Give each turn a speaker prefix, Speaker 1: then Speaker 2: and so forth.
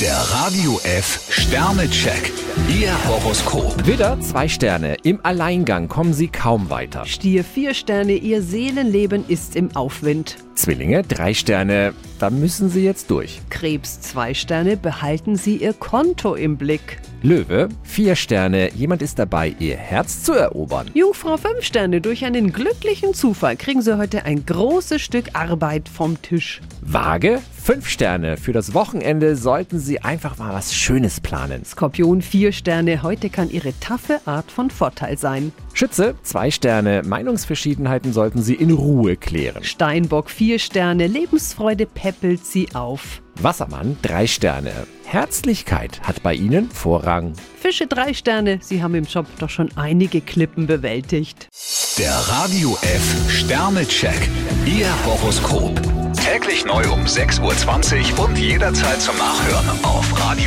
Speaker 1: Der Radio F Sternecheck. Ihr Horoskop.
Speaker 2: Widder, zwei Sterne. Im Alleingang kommen Sie kaum weiter.
Speaker 3: Stier vier Sterne, Ihr Seelenleben ist im Aufwind.
Speaker 2: Zwillinge, drei Sterne. Da müssen Sie jetzt durch.
Speaker 3: Krebs zwei Sterne, behalten Sie Ihr Konto im Blick.
Speaker 2: Löwe, vier Sterne. Jemand ist dabei, Ihr Herz zu erobern.
Speaker 3: Jungfrau fünf Sterne, durch einen glücklichen Zufall kriegen Sie heute ein großes Stück Arbeit vom Tisch.
Speaker 2: Waage, fünf Sterne. Für das Wochenende sollten Sie einfach mal was Schönes planen.
Speaker 3: Skorpion vier Sterne, heute kann Ihre taffe Art von Vorteil sein.
Speaker 2: Schütze, zwei Sterne. Meinungsverschiedenheiten sollten Sie in Ruhe klären.
Speaker 3: Steinbock vier Sterne, Lebensfreude peppelt Sie auf.
Speaker 2: Wassermann, drei Sterne. Herzlichkeit hat bei Ihnen Vorrang.
Speaker 3: Fische drei Sterne, Sie haben im Job doch schon einige Klippen bewältigt.
Speaker 1: Der Radio F Sternecheck. Ihr Horoskop. Täglich neu um 6.20 Uhr und jederzeit zum Nachhören auf Radio